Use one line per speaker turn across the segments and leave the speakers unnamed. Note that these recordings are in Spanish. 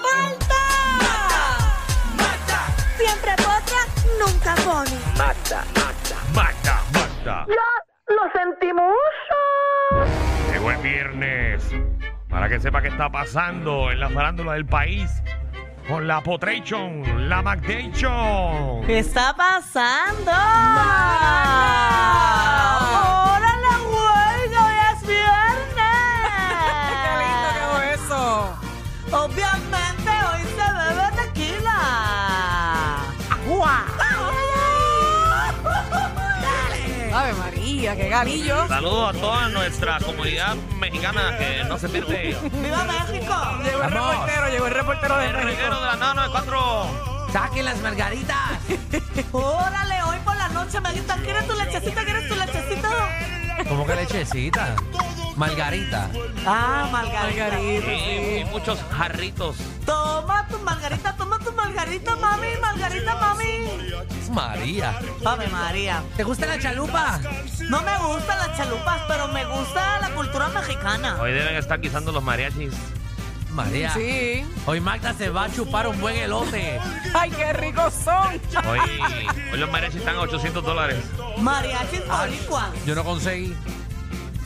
Malta! Siempre potra, nunca pone.
Mata, mata.
¡Lo sentimos!
Llegó el viernes. Para que sepa qué está pasando en la farándula del país. Con la Potration, la Magdation.
¿Qué está pasando? ¡Ahora la huelga! ¡Hoy es viernes!
eso?
Obviamente hoy se bebe tequila.
Ave María, qué galillo.
Saludos a toda nuestra comunidad mexicana que no se pierde.
¡Viva México!
Llegó el reportero, llegó el reportero de
reguero de la 994.
Saquen las margaritas.
¡Órale! Hoy por la noche, Maguita, ¿quieres tu lechecita? ¿Quieres tu lechecito?
¿Cómo que lechecita? Margarita.
Ah, Margarita.
Y, y muchos jarritos.
Toma tu margarita, toma tu margarita, mami, margarita, mami.
María.
Ave María.
¿Te gusta la chalupa?
No me gustan las chalupas, pero me gusta la cultura mexicana.
Hoy deben estar guisando los mariachis.
María.
Sí.
Hoy Magda se va a chupar un buen elote.
Ay, qué ricos son.
Hoy, hoy los mariachis están a 800 dólares.
Mariachis boricua.
Yo no conseguí.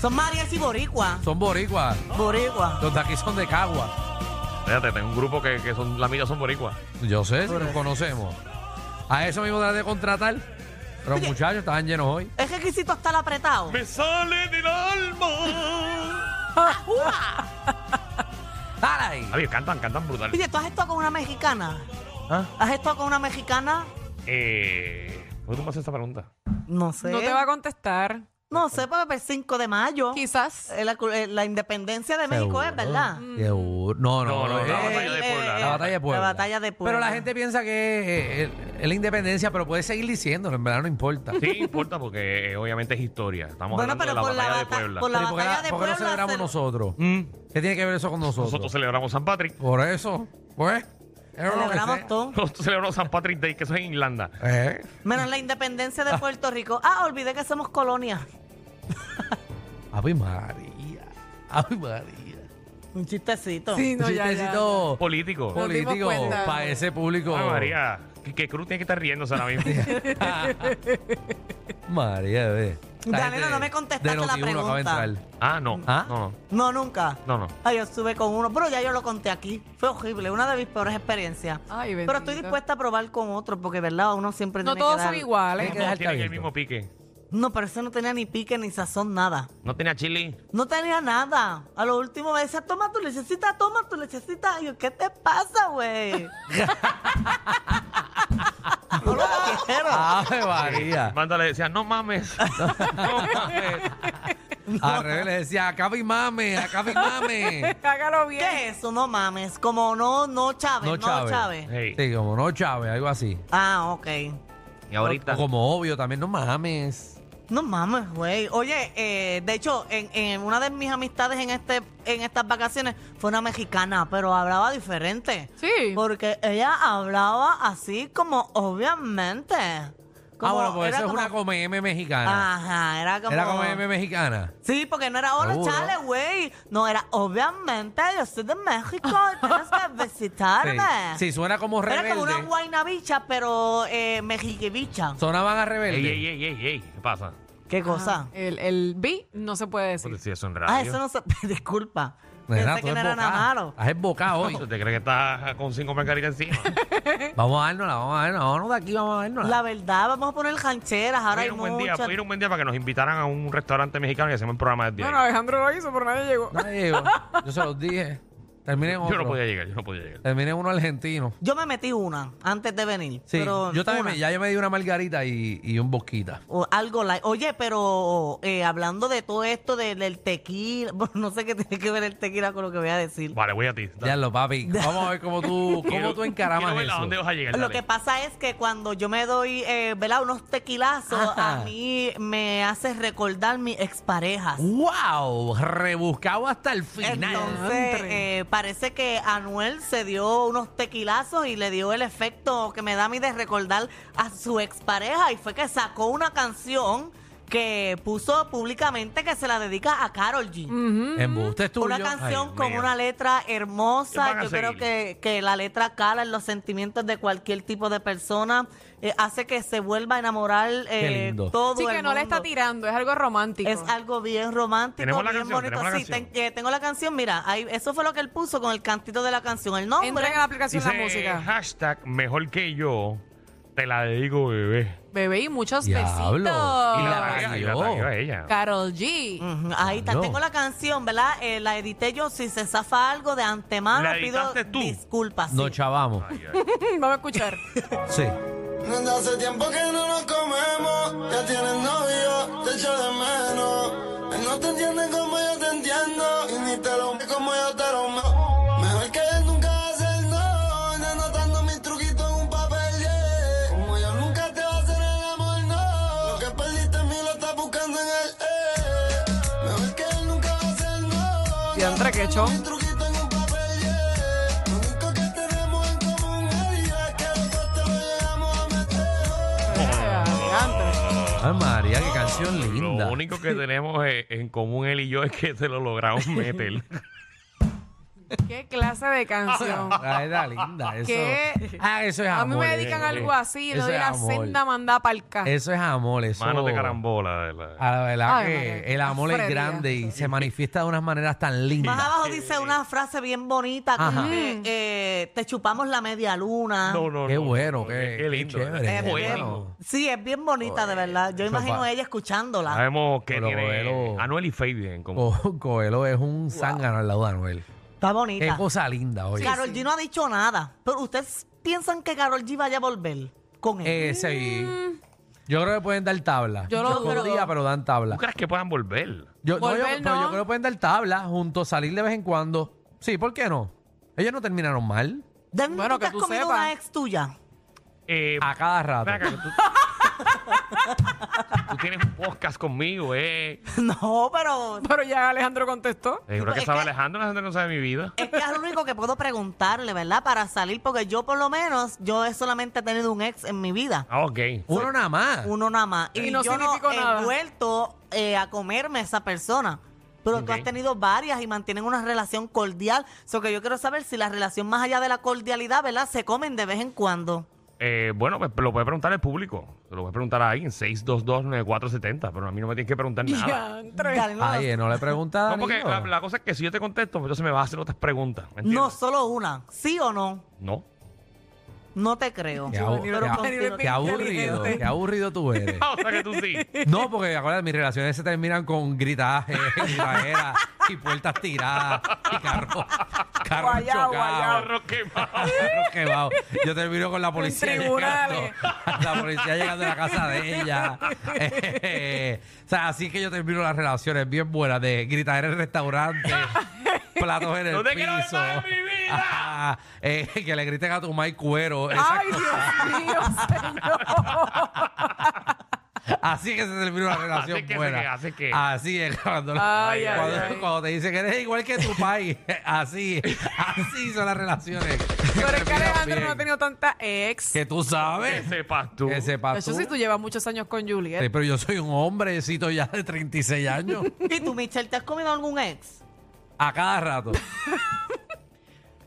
Son mariachis boricua.
Son boricuas.
Boricua.
Los de aquí son de Cagua.
Fíjate, tengo un grupo que, que son, la mitad son boricuas.
Yo sé, si nos conocemos. A eso mismo trate de contratar. Pero los muchachos estaban llenos hoy.
Es requisito estar apretado.
Me sale del alma.
¡Dale!
Javier, cantan, cantan brutal.
Oye, ¿tú has estado con una mexicana?
¿Ah?
¿Has estado con una mexicana?
Eh, ¿Por qué tú me haces esta pregunta?
No sé.
No te va a contestar.
No sé, porque el 5 de mayo.
Quizás.
eh, La, cu- eh, la independencia de México es, ¿verdad?
Seguro. No,
No,
no,
no,
no.
la
eh,
batalla de Puebla.
La batalla de Puebla.
La batalla de Puebla.
Pero la gente piensa que es, eh, es la independencia, pero puedes seguir diciéndolo. En verdad no importa.
Sí, importa porque eh, obviamente es historia. Estamos
Bueno,
hablando de
pero
la
por la
batalla de
bata-
Puebla.
por la
Pero ¿y por qué
batalla de
¿Por qué no
Puebla
celebramos
se-
nosotros?
Mm,
¿Qué tiene que ver eso con
Nosotros celebramos San Patrick.
Por eso, pues. era lo que
Celebramos
sea.
todo.
Nosotros celebramos San Patrick Day, que eso es en Irlanda.
Eh,
Menos la independencia de Puerto Rico. Ah, olvidé que somos colonia.
Ave María. Ave María.
Un chistecito.
Sí, no,
Un
ya, ya.
chistecito
Político.
Nos dimos
político
cuenta.
para ese público.
Ay, Ah, María, que, que Cruz tiene que estar riéndose ahora mismo.
María, ve. Esta
Danilo,
gente
no me contestaste
de Noti
la
Uno acaba de
pregunta.
entrar.
Ah, no.
¿Ah?
No,
No, nunca.
no, no. no.
Ay, yo estuve con uno, pero ya yo lo conté aquí. Fue horrible, una de mis peores experiencias.
Ay,
pero estoy
bendito.
dispuesta a probar con otro, porque verdad, uno siempre
No
tiene que
todos son
dar-
Hay
iguales.
que
Todos
dejarte
tienen el
abierto.
mismo pique.
No, pero ese no tenía ni pique, ni sazón, nada.
No tenía chili.
No tenía nada. A lo último me decía, toma tu lechecita, toma tu lechecita. Y yo, ¿qué te pasa, güey? no lo quiero.
Ave María.
Manda le decía, no mames. no mames.
Al revés le decía, acaba y mame, acaba y mame.
Hágalo bien.
¿Qué es eso? No mames. Como no, no Chávez, no,
No
Chávez.
Chávez.
Hey,
Sí, como no, Chávez, algo así.
Ah, ok.
Y ahorita.
O como obvio también, no mames. Ah,
No mames, güey. Oye, eh, de hecho, en, en una de mis amistades en este, en estas vacaciones fue una mexicana, pero hablaba diferente.
Sí.
Porque ella hablaba así como obviamente. Como,
ah, bueno, pues
era
eso es
como-
una come M mexicana.
Ajá, era como.
Era como M mexicana.
Sí, porque no era hola,
Seguro.
chale, güey. No, era obviamente yo soy de México y tienes que
Sí.
visitarme.
Sí, suena como
era
rebelde.
como una guaynabicha, pero eh, mexiquibicha.
Sonaban a rebelde.
Ey, ey, ey, ey, ey. ¿Qué pasa?
ah,
¿Qué cosa?
El, el B no se puede decir.
Porque si eso en radio.
Ah, eso no se. Disculpa.
Nena,
Pensé
tú
que no
eres
era nada
bocada.
malo.
Estás embocado hoy.
¿Te crees que estás con cinco margaritas encima?
Vamos a dárnosla, vamos a dárnosla. Vámonos de aquí, vamos a dárnosla.
La verdad, vamos a poner rancheras. Ahora hay
Pudiera un buen día,
muchas.
pudiera un buen día para que nos invitaran a un restaurante mexicano y hacemos un programa desde
Bueno,
ahí.
Alejandro lo hizo, pero nadie llegó.
Nadie llegó. Yo se los dije. Terminé en otro.
Yo no podía llegar, yo no podía llegar.
Terminé en uno argentino.
Yo me metí una antes de venir.
Sí,
pero
yo también,
una.
me- ya yo me di una margarita y, y un bosquita.
O algo like. Oye, pero eh, hablando de todo esto, de- del tequila, bueno, no sé qué tiene que ver el tequila con lo que voy a decir.
Vale, voy a ti.
Ya lo, papi. Vamos a ver cómo tú, cómo
Quiero-
tú encaramas
quiero ver a
eso.
dónde vas a llegar?
Lo
dale.
que pasa es que cuando yo me doy, eh, ¿verdad? Unos tequilazos,
Ajá.
a mí me hace recordar mis exparejas.
¡Wow! Rebuscado hasta el final.
Entonces,
Andre.
eh, parece que Anuel se dio unos tequilazos y le dio el efecto que me da a mí de recordar a su expareja y fue que sacó una canción que puso públicamente que se la dedica a Carol G.
Embuste es tuyo.
Una
Ay,
canción
Dios
con
mío.
una letra
¿Qué van
hermosa.
a
Yo creo
seguir?
que, que la letra cala en los sentimientos de cualquier tipo de persona. eh, hace que se vuelva a enamorar eh,
lindo.
todo
Sí,
el
que no le está
mundo.
tirando, es algo romántico.
Es algo bien romántico,
Tenemos la
bien
canción,
bonito.
tenemos la
sí,
canción.
ten- eh, tengo la canción, mira, ahí, eso fue lo que él puso con el cantito de la canción. El nombre.
Entren a la aplicación
Dice,
la música.
hashtag mejor que yo, te la digo, bebé.
Bebé y muchos
Diablo.
Oh.
Y la
Ah,
besitos.
tragué, y la
yo.
tragué a ella.
Carol G.
Ujú, Ahí está,
Diablo.
tengo la canción, ¿verdad? Eh, la edité yo. Si se zafa algo de antemano,
¿La
pido
editaste tú?
disculpas.
Nos
sí.
chavamos.
Vamos a escuchar.
Sí.
Desde hace tiempo que no nos comemos, ya tienes novio, te echo de menos. Él no te entiende como yo te entiendo, y ni te lo como yo te lo meo. Mejor que él nunca hace el no, ya anotando mis truquitos en un papel, yeah. Como yo nunca te voy a hacer el amor, no. Lo que perdiste en mí lo estás buscando en él, eh. Mejor que él nunca hace el no. ya
Diantre, qué
anotando
chon.
mis truquitos en un papel, yeah. Lo único que tenemos en común es que los dos te lo llegamos a meter.
Ay, María, qué canción linda.
Lo único que tenemos eh, en común él y yo es que se lo logramos meter.
Qué clase de canción.
Ay, da linda. Eso,
¿Qué?
Ah, eso es amor.
A mí me dedican
eh,
algo así, le
eso
doy
es
la
amor.
senda mandada para el carro.
Eso es amor. Eso...
Mano de carambola. de la-
A Ah, la verdad
Ay,
que
María,
el amor es
Freddie,
grande y se manifiesta de unas maneras tan
Más
lindas.
abajo dice una frase bien bonita como
Ajá.
que, eh, te chupamos la media luna.
No, no,
Qué
no,
bueno,
no,
qué,
qué lindo.
qué chévere.
Es
qué
poético.
bueno.
Sí, es bien bonita, de verdad. Yo imagino
va.
a ella escuchándola.
Sabemos que
Pero,
tiene
pero-
Anuel y Faye en común.
Co- Coelho es un zángano al lado de Anuel.
Está
Qué
bonita.
cosa linda, oye.
Carol G no ha dicho nada. Pero ustedes piensan que Carol G vaya a volver con él.
Eh, sí. Yo creo que pueden dar tabla.
Mm. Yo lo
Un
dudo.
día, pero dan
¿Tú
tabla.
crees que puedan volver?
Yo, no, yo-
Volver,
pero
no.
yo creo que pueden dar tabla juntos, salir de vez en cuando. Sí, ¿por qué no? Ellos no terminaron mal
Dani,
Bueno,
¿tú te
que
has
tú
comido
sepas.
una ex tuya?
Eh,
a cada rato.
ven acá, que tú, tú tienes un podcast conmigo, eh.
No, pero
Pero ya Alejandro contestó.
Seguro que
Es
sabe
que-
Alejandro, Alejandro no sabe mi vida.
es que es lo único que puedo preguntarle, ¿verdad? Para salir, porque yo por lo menos, yo he solamente tenido un ex en mi vida.
Ah, ok.
Uno nada más.
Uno nada más. Y,
Y no
yo no
significó
he
nada.
vuelto eh, a comerme a esa persona. Pero tú
Ok.
has tenido varias y mantienen una relación cordial. So que yo quiero saber si la relación más allá de la cordialidad, ¿verdad? Se comen de vez en cuando.
Eh, bueno, pues lo puede preguntar al público. Se Lo puede preguntar a alguien, 622-9470. Pero a mí no me tienes que preguntar nada.
Diantre.
Dale, no,
Ay, eh, no le preguntas.
No, porque la, la cosa es que si yo te contesto, pues entonces me vas a hacer otras preguntas. ¿me
no,
entiendes?
solo una. ¿Sí o no?
No.
No te creo.
Qué, abu-
Pero
qué abu-
continúa.
qué aburrido, qué aburrido tú eres.
Ah, o sea que tú sí.
No, porque acuérdate, mis relaciones se terminan con gritaje, gritadera y puertas tiradas y carros carro
Guayao, guayao.
Carro quemado.
Carros quemados. Yo termino con la policía llegando.
tribunales.
La policía llegando a la casa de ella. o sea, así es que yo termino las relaciones bien buenas de gritar en el restaurante, platos en el
No te quiero ver
piso.
más en mi vida.
Ah, eh, que le griten a tu Mike cuero. Esa-
Ay, Dios mío, señor.
Así que se terminó la relación
Así que se
buena.
que- así que-
Así es cuando,
Ay, ay,
cuando,
ay.
cuando te dicen que eres igual que tu país. así, así son las relaciones.
Pero es que
terminan
Alejandro
bien.
no ha tenido tanta ex.
Que tú
Que
sabes.
sepas tú.
Que sepas
Eso
tú.
sí, tú llevas muchos años con Juliet.
Sí, pero yo soy un hombrecito ya de 36 años.
¿Y tú, Michelle, te has comido algún ex?
a cada rato.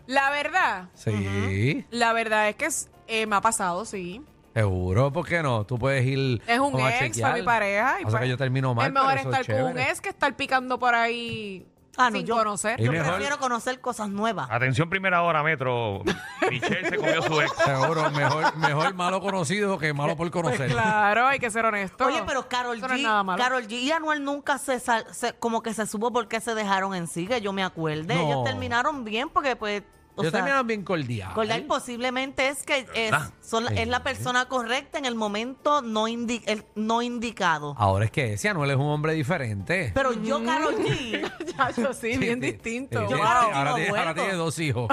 La verdad,
Sí.
la verdad es que es- eh, me ha pasado, sí.
Seguro, ¿por qué no? Tú puedes ir.
Es un
vamos a
ex, fue
chequear.
mi pareja. y
O sea que
pues,
yo termino mal.
Es mejor
pero eso
estar
es
con un
chévere.
ex que estar picando por ahí
Ah, no,
sin
yo-
conocer.
Y
Yo
mejor-
prefiero conocer cosas nuevas.
Atención, primera hora, Metro. Michelle se comió su ex.
Seguro, mejor, mejor malo conocido que malo por
Pues
conocer.
claro, hay que ser honesto.
Oye, pero Carol
Eso no es nada
G,
malo.
Karol G y Anuel nunca se, sal- se- como que se supo por qué se dejaron en sí, que yo me acuerde.
No.
Ellos terminaron bien porque pues, o
Yo
sea,
terminaron bien cordial.
acordar posiblemente es que es,
¿Verdad?
son la- es la persona correcta en el momento no, indi- el- no indicado.
Ahora es que ese Anuel es un hombre diferente.
Pero yo, Carol G,
Ya, yo sí, bien
Sí, sí,
distinto.
sí, sí,
Yo
sí.
creo que
este, ahora,
no
tiene, ahora
vuelvo.
tiene dos hijos.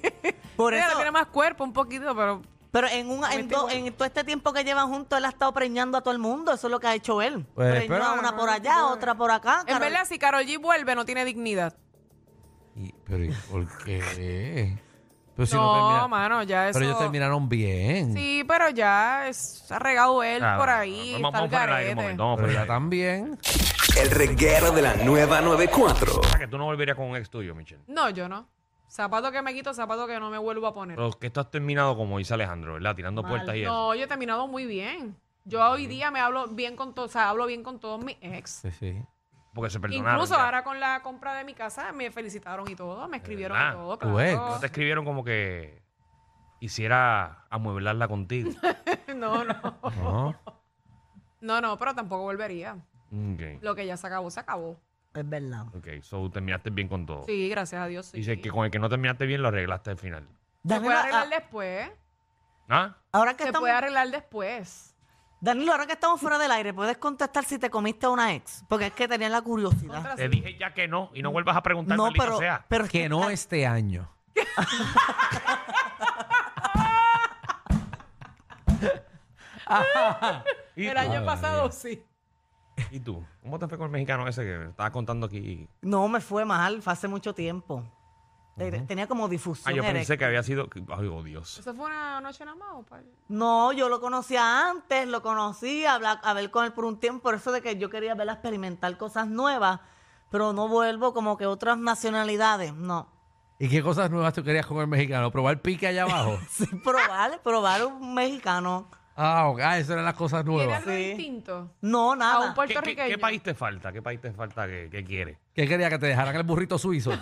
por
Ella
eso,
tiene más cuerpo un poquito, pero
pero en, un, en, do- en todo este tiempo que llevan juntos, él ha estado preñando a todo el mundo. Eso es lo que ha hecho él.
Pues,
Preñó a
pero-
una por allá, otra por acá.
Ah, pues. en
Ah, Karol-
verdad si Karol G vuelve no tiene dignidad.
Y- pero ¿y ¿por qué? Pero si
no,
termina-
mano, ya eso.
Pero ellos terminaron bien.
Sí, pero ya es, se ha regado él
Nada,
por
nada,
ahí.
Vamos,
está
vamos
el
a poner ahí un
garete.
momento. Vamos a
Pero
poner
ya
ahí.
también.
El reguero de la nueva 94.
Ah, que tú no volverías con un ex tuyo, Michelle.
No, yo no. Zapato que me quito, zapato que no me vuelvo a poner.
Pero que esto has terminado como dice Alejandro, ¿verdad? Tirando
Mal.
puertas y eso.
No, yo he terminado muy bien. Yo hoy día me hablo bien con todos, o sea, hablo bien con todos mis ex.
Sí, sí.
Porque se perdonaron.
Incluso
ya.
ahora con la compra de mi casa me felicitaron y todo, me escribieron
verdad?
y todo,
Tu ex.
claro.
No te escribieron como que quisiera amueblarla contigo.
No, no.
No.
No, no, pero tampoco volvería.
ok.
Lo que ya se acabó, se acabó.
Es verdad.
Ok, so terminaste bien con todo.
Sí, gracias a Dios. Sí.
Oh. Dice que con el que no terminaste bien lo arreglaste al final.
Se
Danilo,
puede arreglar
a-
después.
¿Ah?
ahora que
Se
ah, estamos
puede arreglar después.
Danilo, ahora que estamos fuera del aire, ¿puedes contestar si te comiste a una ex? Porque es que tenía la curiosidad.
Contra-
Te dije ya que no y
Mm.
no vuelvas a preguntar,
No,
maldita
pero,
sea.
pero es
Que no este año.
¿Y,
El
tú?
año pasado sí.
¿Y tú? ¿Cómo te fue con el mexicano ese que me estaba contando aquí?
No, me fue mal, fue hace mucho tiempo. Te- Tenía como difusión.
Ah, yo
eréctil.
pensé que había sido... Ay, oh, Dios.
¿Eso fue una noche nada más o pa-
No, yo lo conocía antes, lo conocí, habla- a ver con él por un tiempo, por eso de que yo quería verla experimentar cosas nuevas, pero no vuelvo como que otras nacionalidades, no.
¿Y qué cosas nuevas tú querías comer mexicano? ¿Probar pique allá abajo?
Sí, probar, probar un mexicano.
ah, ok. Ah, eso eran las cosas
¿Tiene
nuevas.
algo
Sí.
distinto?
No,
A
nada.
un
¿Qué, qué,
puertorriqueño.
qué país te falta? ¿Qué país te falta que, que quiere?
¿Qué quería que te dejaran el burrito suizo?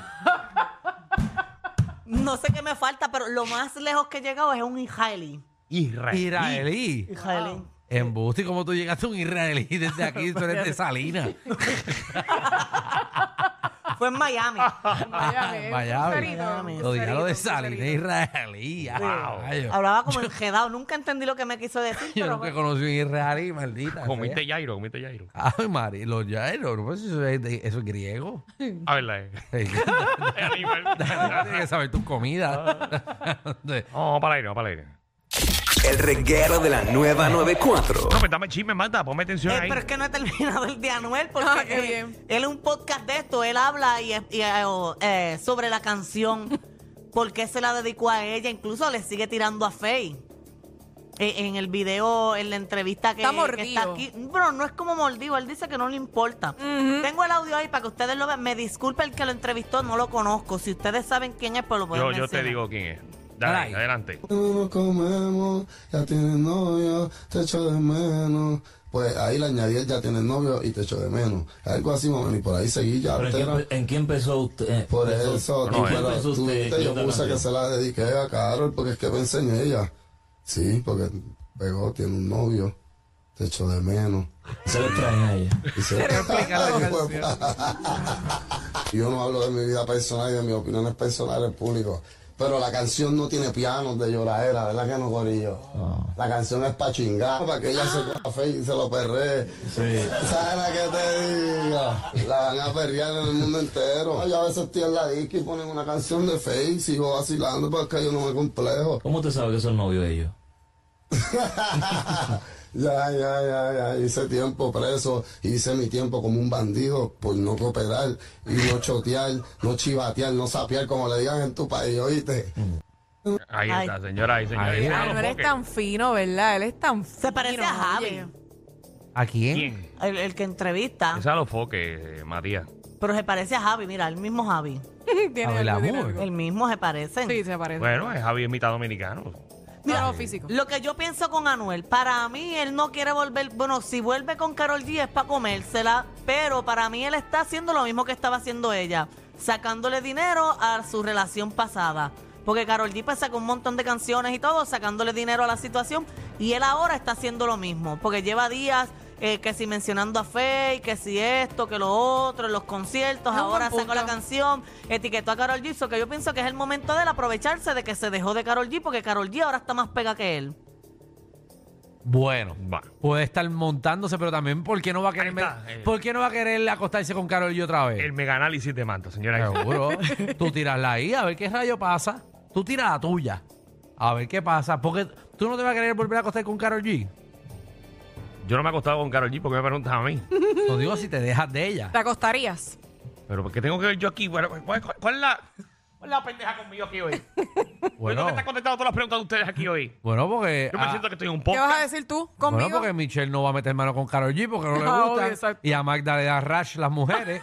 No sé qué me falta, pero lo más lejos que he llegado es un israelí.
Israel.
Israelí.
Israelí.
Embuste, ¿y cómo tú llegaste a un israelí desde aquí? Tú eres de Salinas.
Fue en Miami.
Miami, es un
Ah, Miami.
crucerito, un
Miami.
Lo dijeron
crucerito,
de
un
Salinas,
crucerito.
israelí. Ah, rayos.
Hablaba como enjedado, nunca entendí lo que me quiso decir,
Yo
pero
nunca conocí un israelí, maldita.
Comiste
sea.
Jairo, comiste Jairo.
Ay, Mari, los yairos, no, pues eso es, de- eso es griego.
A ver,
Sí. Tienes que saber tus comidas.
No, para el aire, vamos para el aire.
El reguero de la nueva 94.
No, pues dame chisme, Marta, ponme atención
Eh,
ahí.
pero es que no he terminado el de Anuel porque
Ah, qué
él,
bien.
él es un podcast de esto, él habla y, y, eh, oh, eh, sobre la canción, por qué se la dedicó a ella, incluso le sigue tirando a Faye. Eh, En el video, en la entrevista que
Está
que
mordido.
está aquí. Pero no es como mordido, él dice que no le importa. Tengo el audio ahí para que ustedes lo vean. Me disculpe el que lo entrevistó, no lo conozco. Si ustedes saben quién es, pues lo pueden
Yo, yo te
mencionar.
digo quién es. Dale,
Ay.
adelante.
No nos comemos, ya tienes novio, te echo de menos. Pues ahí le añadí el ya tienes novio y te echo de menos. Algo así, mami, y por ahí seguí ya.
¿Pero en,
altera.
qué, en qué empezó usted? eh,
Por
empezó-
eso,
No, eh.
tú,
¿En qué
pero
empezó
tú
usted?
viste, yo
esta
puse que
canción?
se la dediqué a Carol porque es que pensé en ella. Sí, porque pegó, tiene un novio, te echo de menos.
Se le extraña a ella.
Y se- Yo no hablo de mi vida personal y de mis opiniones personales en público. Pero la canción no tiene pianos de lloradera, ¿verdad que no, Corillo? La canción es pa' chingar, para que ella se coja fe y se lo perree. ¿Sabes la que te digo? La van a perrear en el mundo entero. Yo a veces estoy en la disco y ponen una canción de fe y sigo vacilando para que yo no me complejo.
¿Cómo usted sabe que son novios ellos?
Ya, ya, ya, ya, hice tiempo preso, hice mi tiempo como un bandido por no cooperar y no chotear, no chivatear, no sapear como le digan en tu país, oíste.
Ahí
Ay.
está, señora, ahí, señora. Ahí.
Ahí. Ah,
Ah,
Ay, no
los
eres
foques.
tan fino, ¿verdad? Él es tan fino.
Se parece a Javi,
oye.
¿A quién?
¿Quién?
el, el que entrevista.
Esa los foques, eh, Matías.
Pero se parece a Javi, mira, el mismo Javi.
Tiene
Abel
algo, tiene
Amor.
algo.
El mismo se parecen.
Sí, se parece.
Bueno, es Javi es mitad dominicano.
No, no, físico.
Lo que yo pienso con Anuel, para mí él no quiere volver, bueno, si vuelve con Carol G es para comérsela, pero para mí él está haciendo lo mismo que estaba haciendo ella, sacándole dinero a su relación pasada. Porque Carol G pues, sacó un montón de canciones y todo, sacándole dinero a la situación, y él ahora está haciendo lo mismo, porque lleva días eh, que si mencionando a Faye, que si esto, que lo otro, en los conciertos,
Es un
ahora
buen
sacó la
punto.
canción canción, etiquetó a Carol G. so que yo pienso que es el momento de él aprovecharse de que se dejó de Carol G porque Carol G ahora está más pega que él.
Bueno,
Va.
puede estar montándose, pero también, ¿por qué no va a querer,
Ahí está, eh.
¿por qué no va a querer acostarse con Carol y otra vez?
El mega análisis de Manta, señora.
Seguro. tú tirasla ahí, a ver qué rayo pasa. Tú tiras la tuya, a ver qué pasa. Porque tú no te vas a querer volver a acostar con Carol G.
Yo no me he acostado con Carol G porque me preguntaba a mí.
No digo si te dejas de ella.
¿Te acostarías?
Pero ¿por qué tengo que ver yo aquí? Bueno, ¿Cuál, cuál- cuál es la, cuál es la pendeja conmigo aquí hoy? ¿Por
Bueno,
qué está contestando todas las preguntas de ustedes aquí hoy?
bueno porque.
Yo me
ah,
siento que estoy en un
¿Qué vas a
podcast.
decir tú
bueno,
conmigo?
porque Michelle no va a meter mano con Carol G porque no le
Ah, obvio,
gusta.
exacto.
y a Magda le da rash las mujeres.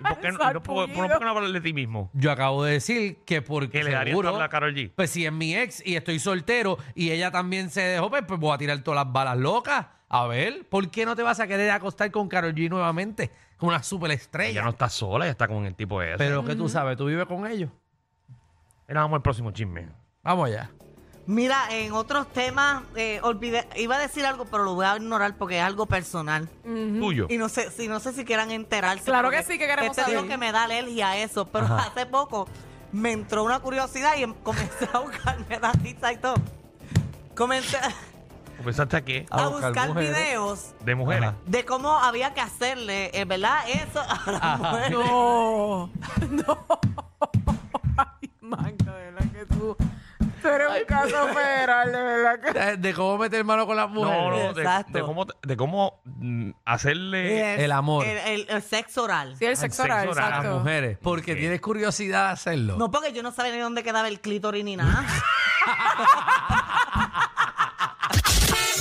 ¿Y ¿Por qué no, no, puedo- por- por qué no hablar de ti mismo?
Yo acabo de decir que porque
Que le daría
seguro,
tabla a Karol G.
Pues si es mi ex y estoy soltero y ella también se dejó, pues, pues voy a tirar todas las balas locas. A ver, ¿por qué no te vas a querer acostar con Carol G nuevamente? Como una
Ella
superestrella.
no está sola, ella está con el tipo ese. Pero
Pero que tú sabes, tú vives con ellos.
vamos al próximo chisme.
Vamos allá.
Mira, en otros temas, eh, olvidé- iba a decir algo, pero lo voy a ignorar porque es algo personal.
Tuyo.
Y no sé, si no sé si quieran enterarse.
Claro
porque
que sí que queremos
este digo
saber.
que me da alergia a eso, pero hace poco me entró una curiosidad y em- comencé a buscarme la risa y todo. Comencé a,
¿Comenzaste a qué?
A buscar
buscar
mujeres.
videos
De mujeres.
Ajá.
de cómo había que hacerle, eh, ¿verdad? Eso a las mujeres.
No, no. Ay, Magda, de verdad que tú. Tú eres un caso federal, de verdad que.
Eh, De cómo meter mano con las mujeres.
No, no, de,
Exacto.
de cómo, de cómo mm,
Eh,
hacerle...
El amor.
El, el- el sexo oral.
Sí, el
sexo
sexo oral,
oral,
a las
exacto.
mujeres. Porque
Sí.
tienes curiosidad de hacerlo.
No, porque yo no sabía ni dónde quedaba el clítoris ni nada.